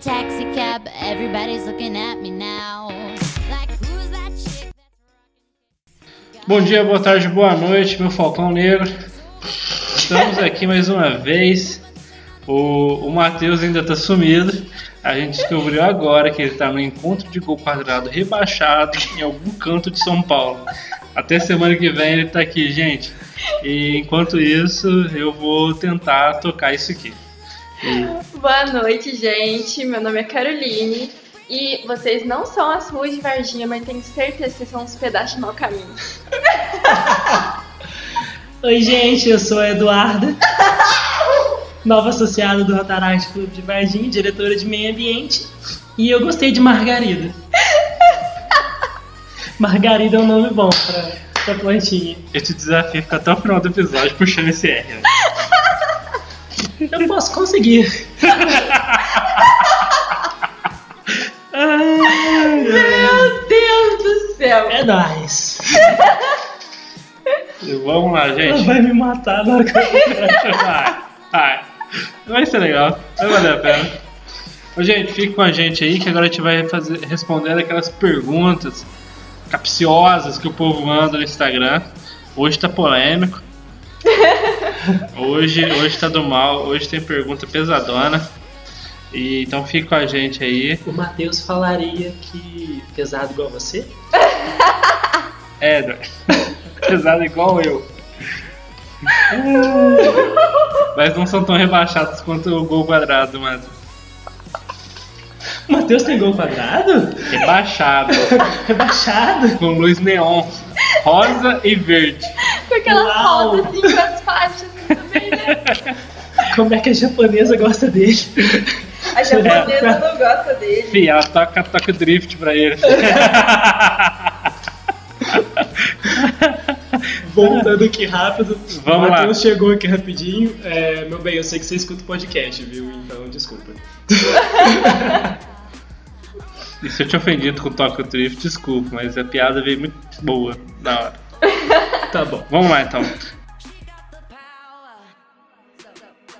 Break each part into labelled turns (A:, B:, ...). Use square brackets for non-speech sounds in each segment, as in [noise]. A: cab, but everybody's looking at me now. Like, who's that chick that's
B: Bom dia, boa tarde, boa noite, meu Falcão Negro. Estamos aqui mais uma vez. O, o Matheus ainda tá sumido. A gente descobriu agora que ele tá no encontro de gol quadrado rebaixado em algum canto de São Paulo. Até semana que vem ele tá aqui, gente. E enquanto isso, eu vou tentar tocar isso aqui.
C: Boa noite, gente. Meu nome é Caroline. E vocês não são as ruas de Varginha, mas tenho certeza que são os pedaços de mau caminho.
D: Oi, gente, eu sou a Eduarda, nova associada do Rotaract Clube de Varginha, diretora de meio ambiente, e eu gostei de Margarida. Margarida é um nome bom pra, pra plantinha.
B: Esse desafio fica até o final do episódio puxando esse R. né?
D: Eu posso conseguir.
C: Meu Deus do céu!
D: É nóis.
B: E Vamos lá,
D: Ela
B: gente.
D: vai me matar na hora que [laughs] eu
B: Vai, vai. Vai ser legal, vai valer a pena. Ô, gente, fique com a gente aí que agora a gente vai fazer, respondendo aquelas perguntas capciosas que o povo manda no Instagram. Hoje tá polêmico. Hoje, hoje tá do mal, hoje tem pergunta pesadona. E, então fique com a gente aí.
D: O Matheus falaria que pesado igual você?
B: É, Dor. [laughs] pesado igual eu. Mas não são tão rebaixados quanto o gol quadrado, mas
D: O Matheus tem gol quadrado?
B: rebaixado.
D: Rebaixado?
B: com luz neon, rosa e verde.
C: Com aquelas
D: Uau.
C: fotos assim, com as faixas assim, também, né?
D: Como é que a japonesa gosta dele?
B: [laughs]
C: A japonesa não gosta dele.
B: Fih, ela toca, toca drift pra ele.
D: Voltando aqui rápido.
B: Vamos
D: o
B: lá.
D: Matheus chegou aqui rapidinho. É, meu bem, eu sei que você escuta o podcast, viu? Então, desculpa.
B: E se eu te ofendido com toca drift, desculpa, mas a piada veio muito boa na hora.
D: Tá bom.
B: Vamos lá então.
A: she got the power? So, so, so.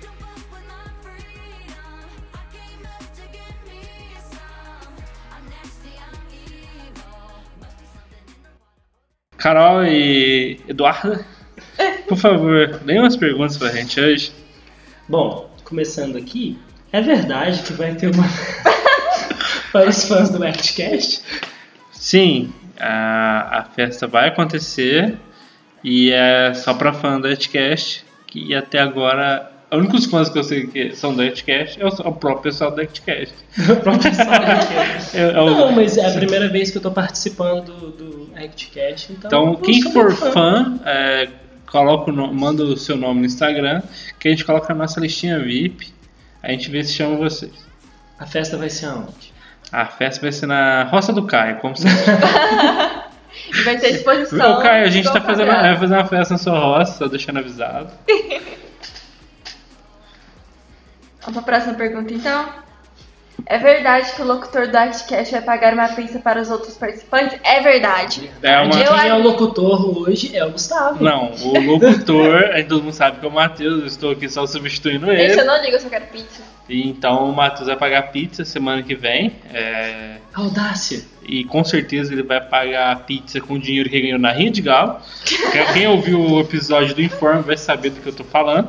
A: To work with my freedom. I came out to get me some. I'm nasty, I'm evil. Must be something in the water.
B: Carol e Eduarda, por favor, deem umas perguntas pra gente hoje.
D: Bom, começando aqui, é verdade que vai ter uma. [laughs] Para os fãs
B: [laughs]
D: do Actcast?
B: Sim, a, a festa vai acontecer e é só pra fã do Etcast, que até agora. Os únicos fãs que eu sei que são do Etcast é o, é o próprio pessoal do Etcast.
D: O próprio Salvador.
B: É- é o-
D: Não, mas é a primeira vez que eu tô participando do, do Actcast, então. eu
B: Então,
D: vou
B: quem
D: ser
B: for
D: um
B: fã, é, coloca o no- manda o seu nome no Instagram, que a gente coloca na nossa listinha VIP. A gente vê se chama vocês.
D: A festa vai ser aonde?
B: A festa vai ser na Roça do Caio, como sempre.
C: E Vai ter exposição.
B: Ô, Caio, a gente
C: igual
B: tá fazendo,
C: quadrado.
B: vai fazer uma festa na sua roça, só deixando avisado.
C: Vamos pra próxima pergunta, então. É verdade que o locutor do Actcast vai pagar uma pizza para os outros participantes? É verdade.
B: É uma-
C: Eu
D: Quem é o
C: acho-
D: locutor hoje é o Gustavo.
B: Não, o locutor, aí todo mundo sabe que é o Matheus, eu estou aqui só substituindo
C: Gente, eu
B: ele.
C: não ligo, eu só quero pizza.
B: E então o Matheus vai pagar pizza semana que vem. é,
D: Audácia.
B: E com certeza ele vai pagar a pizza com o dinheiro que ele ganhou na Rinha de Galo. Quem- Quem ouviu o episódio do Informe vai saber do que eu tô falando.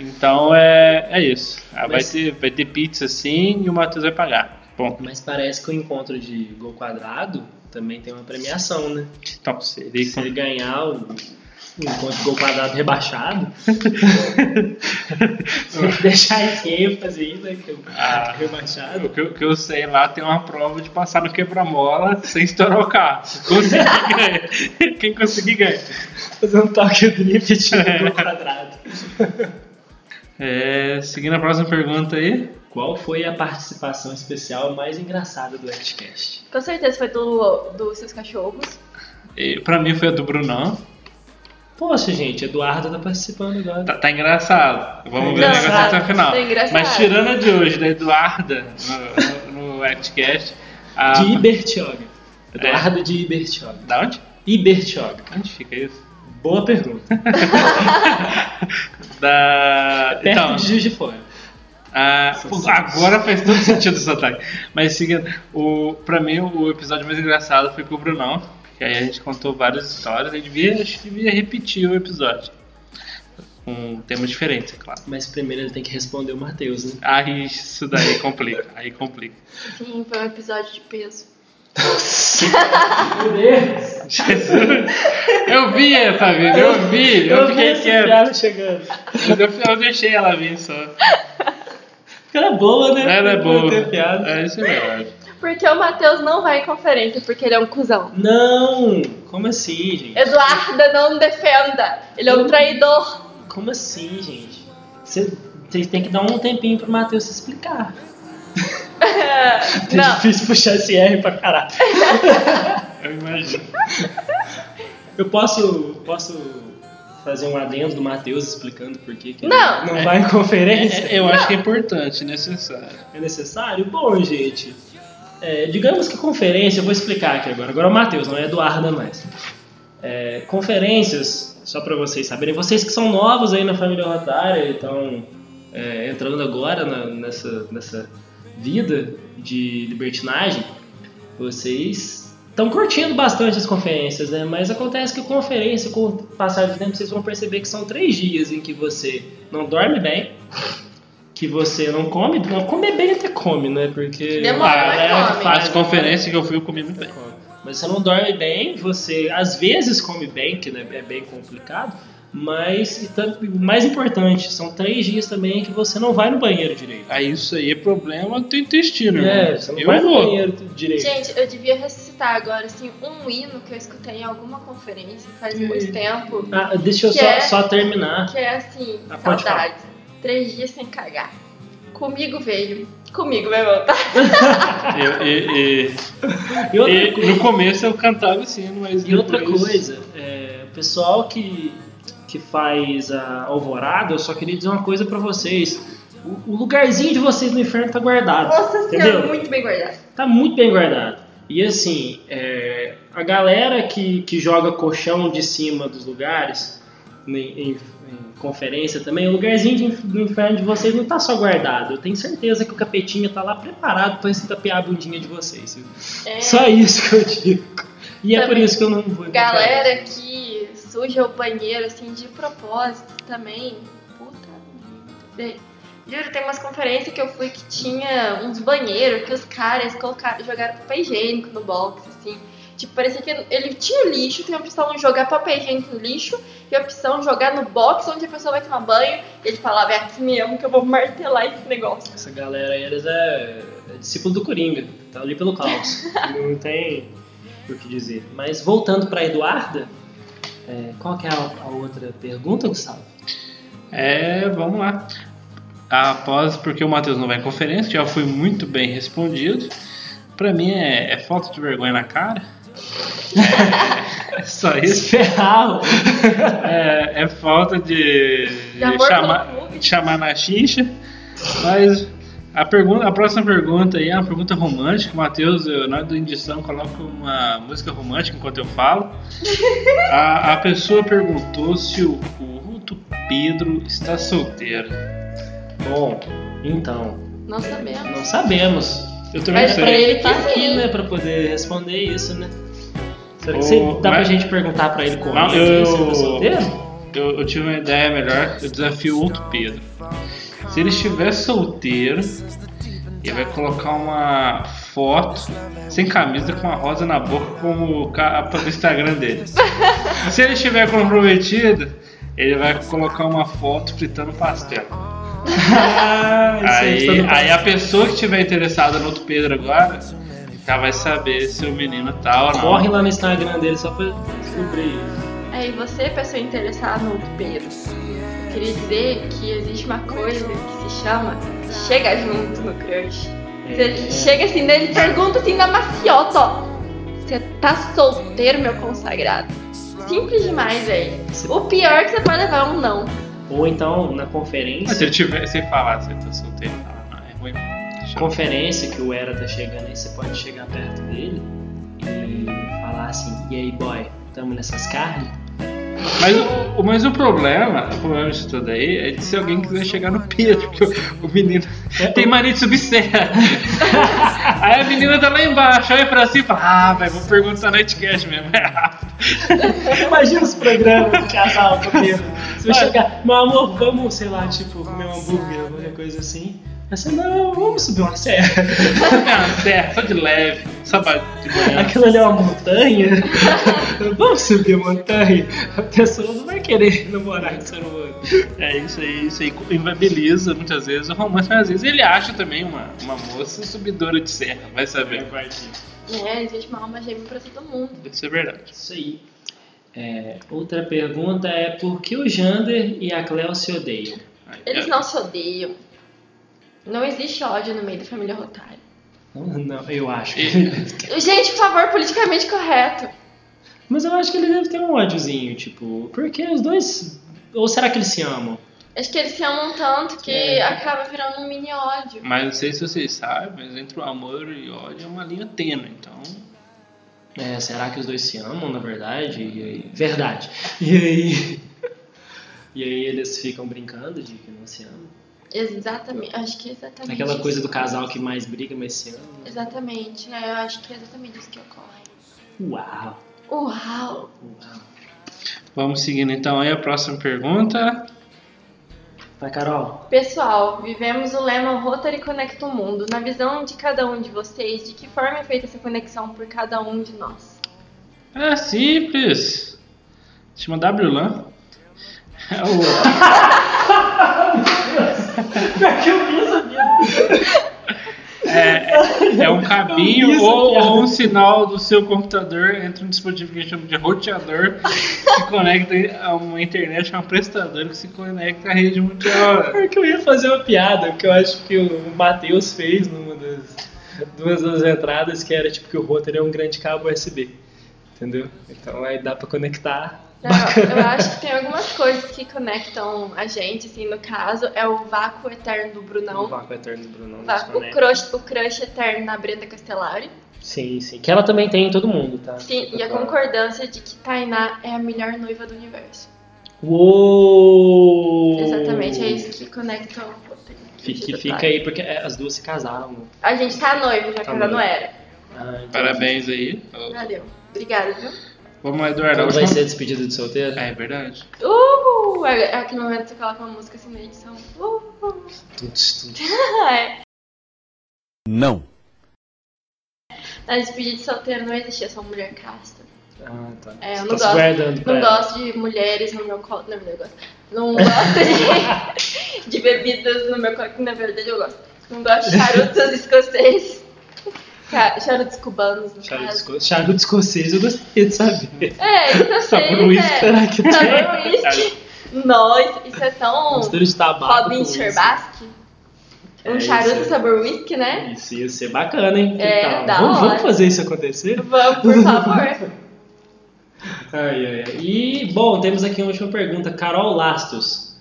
B: Então é, é isso. Ah, vai,
D: Mas-
B: ter, vai ter pizza sim e o Matheus vai pagar. Bom,
D: Mas parece que o encontro de gol quadrado também tem uma premiação, né?
B: então seria
D: Se ele ganhar o, o encontro de gol quadrado
B: [laughs]
D: rebaixado, vou deixar em ênfase ainda que é o
B: Ah. o
D: rebaixado.
B: que, eu- o que eu sei lá tem uma prova de passar no quebra-mola sem estourar o carro. Conseguir ganha. Quem conseguir ganha.
D: Fazer um toque drift no gol quadrado.
B: É, seguindo a próxima pergunta aí.
D: Qual foi a participação especial mais engraçada do Actcast?
C: Com certeza foi do, do Seus Cachorros.
B: E Pra mim foi a do Brunão.
D: Poxa, gente, Eduardo tá participando agora.
B: Tá, tá engraçado. Vamos ver o
C: Não,
B: negócio
C: tá-
B: até o final.
C: tá engraçado.
B: Mas tirando a de hoje, da Eduarda, no, no, no Actcast, a.
D: De Ibertioga.
B: É.
D: Eduardo de Ibertioga.
B: Da onde?
D: Ibertioga.
B: Onde fica isso?
D: Boa pergunta.
B: Da.
D: Perto
B: Então,
D: de Juiz de Fora.
B: Ah, pô, agora faz todo [laughs] sentido esse ataque. Mas seguindo, o, pra mim o episódio mais engraçado foi com o Brunão. Que aí a gente contou várias histórias. A gente devia, acho que devia repetir o episódio. Com temas diferentes, é claro.
E: Mas primeiro ele tem que responder o Matheus, né?
B: Aí isso daí complica. Aí complica.
C: Sim, foi um episódio de peso.
D: Meu Deus!
B: Jesus! Eu vi essa vida, eu vi! Eu,
D: vi
B: fiquei
D: essa
B: quieto.
D: piada chegando.
B: Eu, eu deixei ela vir só.
D: Porque ela é boa, né?
B: Ela é
D: Não
B: boa.
D: tem piada.
B: É, isso é verdade.
C: Porque o Matheus não vai em conferência, porque ele é um cuzão.
D: Não! Como assim, gente?
C: Eduarda, não defenda. Ele é um traidor.
D: Como assim, gente? Você- Vocês têm que dar um tempinho pro Matheus se explicar. É
C: Não.
D: difícil puxar esse R pra caralho.
B: Eu imagino.
D: Eu posso, posso fazer um adendo do Matheus explicando por que, que ele
C: Não.
D: não vai em conferência?
B: É, eu acho que é importante, necessário.
D: É necessário? Bom, gente. é, digamos que conferência, eu vou explicar aqui agora. Agora é o Matheus, não é Eduarda mais. É, conferências, só para vocês saberem, vocês que são novos aí na família rotária e estão é, entrando agora na- nessa, nessa vida de libertinagem, vocês estão curtindo bastante as conferências, né? Mas acontece que conferência, com o passar do tempo, vocês vão perceber que são três dias em que você não dorme bem, que você não come, não comer bem até come, né? Porque
C: Demora,
D: a
C: mas
D: galera
C: come. né?
D: faz-
B: As conferências que eu fui, eu comi muito bem.
D: mas você não dorme bem, você às vezes come bem, que né, é bem complicado, mas e tanto- o mais importante, são três dias também que você não vai no banheiro direito.
B: Aí isso aí é problema do teu intestino,
D: É,
B: irmão.
D: você não
B: Eu
D: vai no
B: vou.
D: banheiro direito.
C: Gente, eu devia ressuscitar agora, assim, um hino que eu escutei em alguma conferência faz muito tempo.
D: Ah, deixa eu
C: Que
D: só,
C: é-
D: só terminar.
C: Que é assim,
D: Ah, pode
C: saudades. Três dias sem cagar. Comigo veio. Comigo Tá vai voltar.
B: Eu- e- e-
D: E outra,
B: e no começo eu cantava assim, mas.
D: e outra
B: depois-
D: coisa, é, o pessoal que, que faz a alvorada, eu só queria dizer uma coisa pra vocês. O, o lugarzinho de vocês no inferno tá guardado.
C: Nossa
D: entendeu?
C: senhora, muito bem guardado.
D: Tá muito bem guardado. E assim, é, a galera que, que joga colchão de cima dos lugares, em, em- em conferência também, o lugarzinho de inf- do inferno de vocês não tá só guardado. Eu tenho certeza que o capetinha tá lá preparado pra estapear a bundinha de vocês. viu?
C: É,
D: Só isso que eu digo. E é
C: Também.
D: por isso que eu não vou.
C: galera que suja o banheiro, assim, de propósito também. Puta merda. Juro, tem umas conferências que eu fui que tinha uns banheiros que os caras colocaram, jogaram papel higiênico no box, assim. Tipo, parecia que ele tinha o lixo, tem a opção de jogar papel higiênico no lixo e a opção de jogar no box onde a pessoa vai tomar banho. E ele falava, é aqui mesmo que eu vou martelar esse negócio.
D: Essa galera aí, eles é, é discípulo do Coringa, tá ali pelo caos. [laughs] não tem o que dizer. Mas voltando pra Eduarda, é, qual que é a, a outra pergunta, Gustavo?
B: É, vamos lá. Após, porque o Matheus não vai em conferência, já foi muito bem respondido. Pra mim é, é falta de vergonha na cara. [laughs] É, é só isso. [laughs]
D: Ferral!
B: É, é falta de, de
C: De amor
B: chamar,
C: pelo clube.
B: chamar na xincha. Mas a, pergunta, a próxima pergunta aí é uma pergunta romântica. Matheus, eu, na edição, coloco uma música romântica enquanto eu falo. A, a pessoa perguntou se o, o Ruto Pedro está solteiro.
D: Bom, então,
C: Não sabemos.
D: não sabemos.
B: Eu também
D: Mas
B: sei.
D: pra ele tá
C: Que
D: aqui,
C: sim.
D: né, pra poder responder isso, né? Será que
B: Ô,
D: você- dá pra
B: mas-
D: gente perguntar pra ele como
B: Não,
D: ele
B: eu-
D: se ele é solteiro?
B: Eu, eu tive uma ideia melhor. Eu desafio outro Pedro. Se ele estiver solteiro, ele vai colocar uma foto sem camisa com uma rosa na boca como capa do Instagram dele. Se ele estiver comprometido, ele vai colocar uma foto fritando pastel.
D: Ah, isso aí,
B: Aí,
D: todo mundo-
B: aí a pessoa que estiver interessada no outro Pedro agora já vai saber se o menino tá ou não.
D: Corre lá no Instagram dele só pra descobrir isso.
C: Aí É, você, pessoa interessada no Pedro, eu queria dizer que existe uma coisa que se chama chega junto no crush.
D: É,
C: Você chega assim nele e pergunta assim na maciota, ó. Você tá solteiro, meu consagrado? Simples demais, velho. O pior é que você pode levar é um não.
D: Ou então, na
B: Mas se
D: conferência,
B: ele tiver, se ele falar, se ele tá solteiro, fala, não, é ruim. Deixa eu-
D: conferência que o Era tá chegando aí, você pode chegar perto dele e falar assim, e aí boy, tamo nessas carnes?
B: Mas, o- mas o problema, o problema disso tudo aí é de se alguém quiser chegar no Pedro, porque o, o menino Tem marido [laughs] subserra. Aí a menina tá lá embaixo, olha pra cima e fala: Ah, velho, vou perguntar no Edcast mesmo. [laughs] É rápido.
D: [laughs] Imagina os programas de casal comendo. Você [laughs] vai chegar, meu amor, vamos, sei lá, tipo, comer um hambúrguer ou qualquer coisa assim. Aí Você, não, vamos subir uma serra.
B: Não, serra, só de leve, só pra- de manhã.
D: Aquilo ali é uma montanha. [laughs] vamos subir a montanha. A pessoa não vai querer namorar então com ser humano.
B: É isso aí, isso aí inviabiliza muitas vezes o romance, mas às vezes ele acha também uma, uma moça subidora de serra, vai saber.
C: É, existe uma alma gêmea pra todo mundo.
B: Isso é verdade.
D: Isso aí. É, outra pergunta é por que o Jander e a Cleo se odeiam?
B: Aí,
C: Eles
B: é.
C: não se odeiam. Não existe ódio no meio da família Rotário.
D: Não, não, eu acho.
C: Gente, por favor, politicamente correto.
D: [laughs] Mas eu acho que ele deve ter um ódiozinho, tipo, porque os dois. Ou será que eles se amam?
C: Acho que eles se amam tanto que
D: É.
C: acaba virando um mini ódio.
B: Mas não sei se vocês sabem, mas entre o amor e o ódio é uma linha tênue, então.
D: É, será que os dois se amam, na verdade? E aí- Verdade. E aí. [laughs] E aí eles ficam brincando de que não se amam.
C: Exatamente. Acho que é exatamente.
D: Aquela
C: isso.
D: coisa do casal que mais briga, mas se ama.
C: Exatamente, né? Eu acho que é exatamente isso que ocorre.
D: Uau!
C: Uau!
D: Uau!
B: Vamos seguindo então aí a próxima pergunta.
D: Vai, Carol!
C: Pessoal, vivemos o lema Rotary Conecta o Mundo. Na visão de cada um de vocês, de que forma é feita essa conexão por cada um de nós?
B: É simples. Chama WLAN. [laughs] É o. É, é um caminho
D: Isso,
B: ou,
D: cara.
B: ou um sinal do seu computador entre um dispositivo que a gente chama de roteador que se conecta a uma internet, a um prestador que se conecta à rede mundial.
D: É que eu ia fazer uma piada, que eu acho que o Matheus fez numa das duas das entradas, que era tipo que o router é um grande cabo USB. Entendeu? Então aí dá pra conectar.
C: Não, Então, eu acho que tem algumas coisas que conectam a gente, assim, no caso, é o vácuo eterno do
D: O
C: Brunão,
D: vácuo eterno do
C: Então, o,
D: Bruno. não
C: vácuo, o,
D: desconecta.
C: crush, o crush eterno na Brenda Castellari,
D: Sim, sim. Que ela também tem em todo mundo, tá?
C: sim, e a concordância de que Tainá é a melhor noiva do universo.
D: Uou!
C: Exatamente, é isso que conecta o Rotary.
D: Fique, fica aí, porque é, as duas se casaram.
C: A gente tá noivo, já que ela não era.
D: Ah, então-
B: Parabéns aí.
C: Valeu. Obrigada, viu?
B: Vamos lá, Eduardo. a
D: Então vai
B: última-
D: ser despedida de solteiro?
B: Ah, é verdade.
C: Uhul! É- é Aquele momento que você coloca uma música assim na edição. Uhul!
D: Tuts, tuts.
C: [laughs] É.
F: Não.
C: Na despedida de solteiro não existia só mulher casta.
D: Ah, tá.
C: É, eu
D: Você
C: não
D: tá se
C: gosto.
D: guardando pra
C: Não
D: ela.
C: gosto de mulheres no meu colo. Não, não eu gosto. Não gosto de, de bebidas no meu colo, que na verdade eu gosto. Não gosto de charutos escoceses. Ca- Charutos cubanos, no
D: Charuto,
C: caso.
D: esco- charuto escocês, eu gostaria de saber.
B: Tá
C: É, escoceses,
D: Sabor uísque,
C: é.
D: será que tem?
C: Sabor uísque. Nossa, isso é tão...
D: Mistura de tabaco.
C: Robin
D: um com
C: Sherbaski.
D: É
C: Um
D: isso
C: charuto
D: aí.
C: sabor whisky, né?
D: Isso ia ser bacana, hein?
C: É,
D: Então,
C: da
D: vamos, vamos
C: hora.
D: fazer isso acontecer?
C: Vamos, por favor.
D: Ai, ai, ai. E, bom, temos aqui uma última pergunta. Carol Lastos,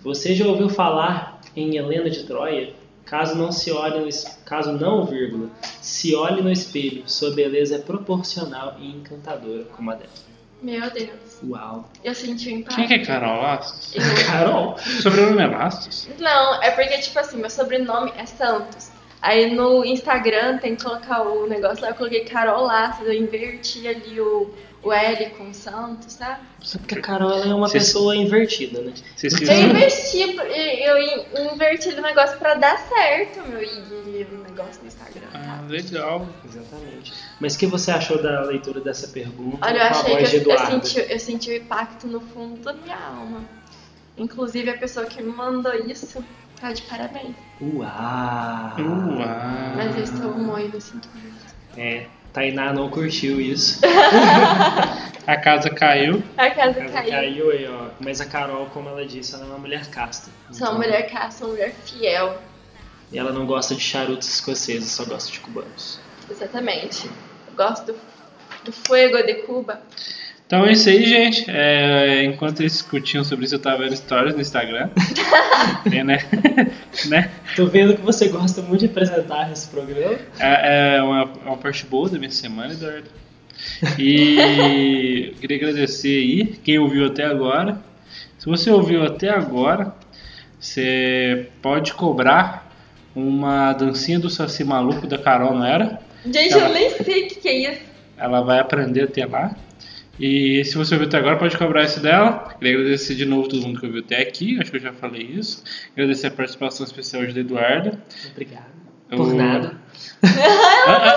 D: você já ouviu falar em Helena de Troia? Caso não se olhe no es- caso não, vírgula, se olhe no espelho, sua beleza é proporcional e encantadora como a dela.
C: [laughs] Meu Deus,
D: Uau. [laughs]
C: eu senti o impacto.
B: Quem que é Carol Lastos?
C: Eu-
D: Carol,
B: Sobrenome é Lastos?
C: Não, é porque, tipo assim, meu sobrenome é Santos. Aí no Instagram tem que colocar o negócio lá, eu coloquei Carol Laços, eu inverti ali o, o L com Santos, tá? sabe?
D: só porque a Carol ela é uma
B: Você-
D: pessoa invertida, né?
B: Vocês
C: Eu
B: fizeram-
C: investi, eu in- inverti o negócio pra dar certo, meu ID, o negócio no Instagram, tá?
B: Ah, legal.
D: Exatamente. Mas o que você achou da leitura dessa pergunta
C: Olha, eu
D: com a
C: achei
D: voz
C: que
D: de
C: eu, eu
D: Eduardo?
C: senti, eu senti o impacto no fundo da minha alma. Inclusive, a pessoa que me mandou isso tá de parabéns.
D: Uau! Ah.
B: Uau.
C: Mas eu estou moído, eu sinto muito.
D: É, Tainá não
C: [laughs]
D: curtiu isso.
B: A casa caiu.
C: A casa
D: Ela
C: caiu.
D: caiu aí, ó. Mas a Carol, como ela disse, ela é uma mulher casta.
C: Sou
D: Então,
C: uma mulher cara, sou uma mulher fiel.
D: E ela não gosta de charutos escoceses, só gosta de cubanos.
C: Exatamente. Eu gosto do, do fuego de Cuba.
B: Então é isso aí, gente. É, enquanto eles discutiam sobre isso, eu tava vendo stories no Instagram. é, né? [laughs] né?
D: Tô vendo que você gosta muito de apresentar esse programa.
B: É, é uma, é uma parte boa da minha semana, Eduardo. E eu queria agradecer aí quem ouviu até agora. Se você ouviu até agora, você pode cobrar uma dancinha do Saci Maluco da Carol, não era?
C: Gente,
B: Ela-
C: eu nem sei o que, que é isso.
B: Ela vai aprender até lá. E se você ouviu até agora, pode cobrar isso dela. Queria agradecer de novo todo mundo que ouviu até aqui. Acho que eu já falei isso. Agradecer a participação especial de Eduardo.
E: Obrigado.
B: Eu-
E: Por nada.
B: Ah, ah,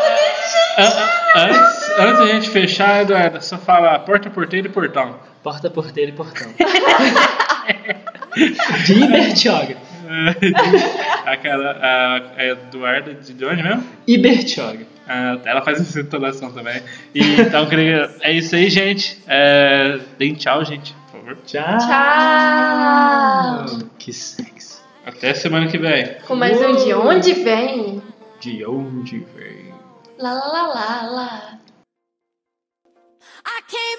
B: ah, ah, antes, antes da gente fechar, Eduardo, só fala porta, porteiro e portão. [laughs]
E: Porta, porteira e portão.
C: [laughs]
D: [laughs]
E: de Ibertioga.
B: Aquela, a, a Eduarda de, de onde mesmo?
E: Ibertioga.
B: Ah, ela faz essa entonação também. E, então, queria, é isso aí, gente. É, deem tchau, gente, por favor.
E: Tchau.
C: Tchau!
E: Que sexy.
B: Até semana que vem.
C: Tá. Com mais um de onde vem?
E: De onde vem?
C: Lá, lá, lá, lá, lá.
A: I came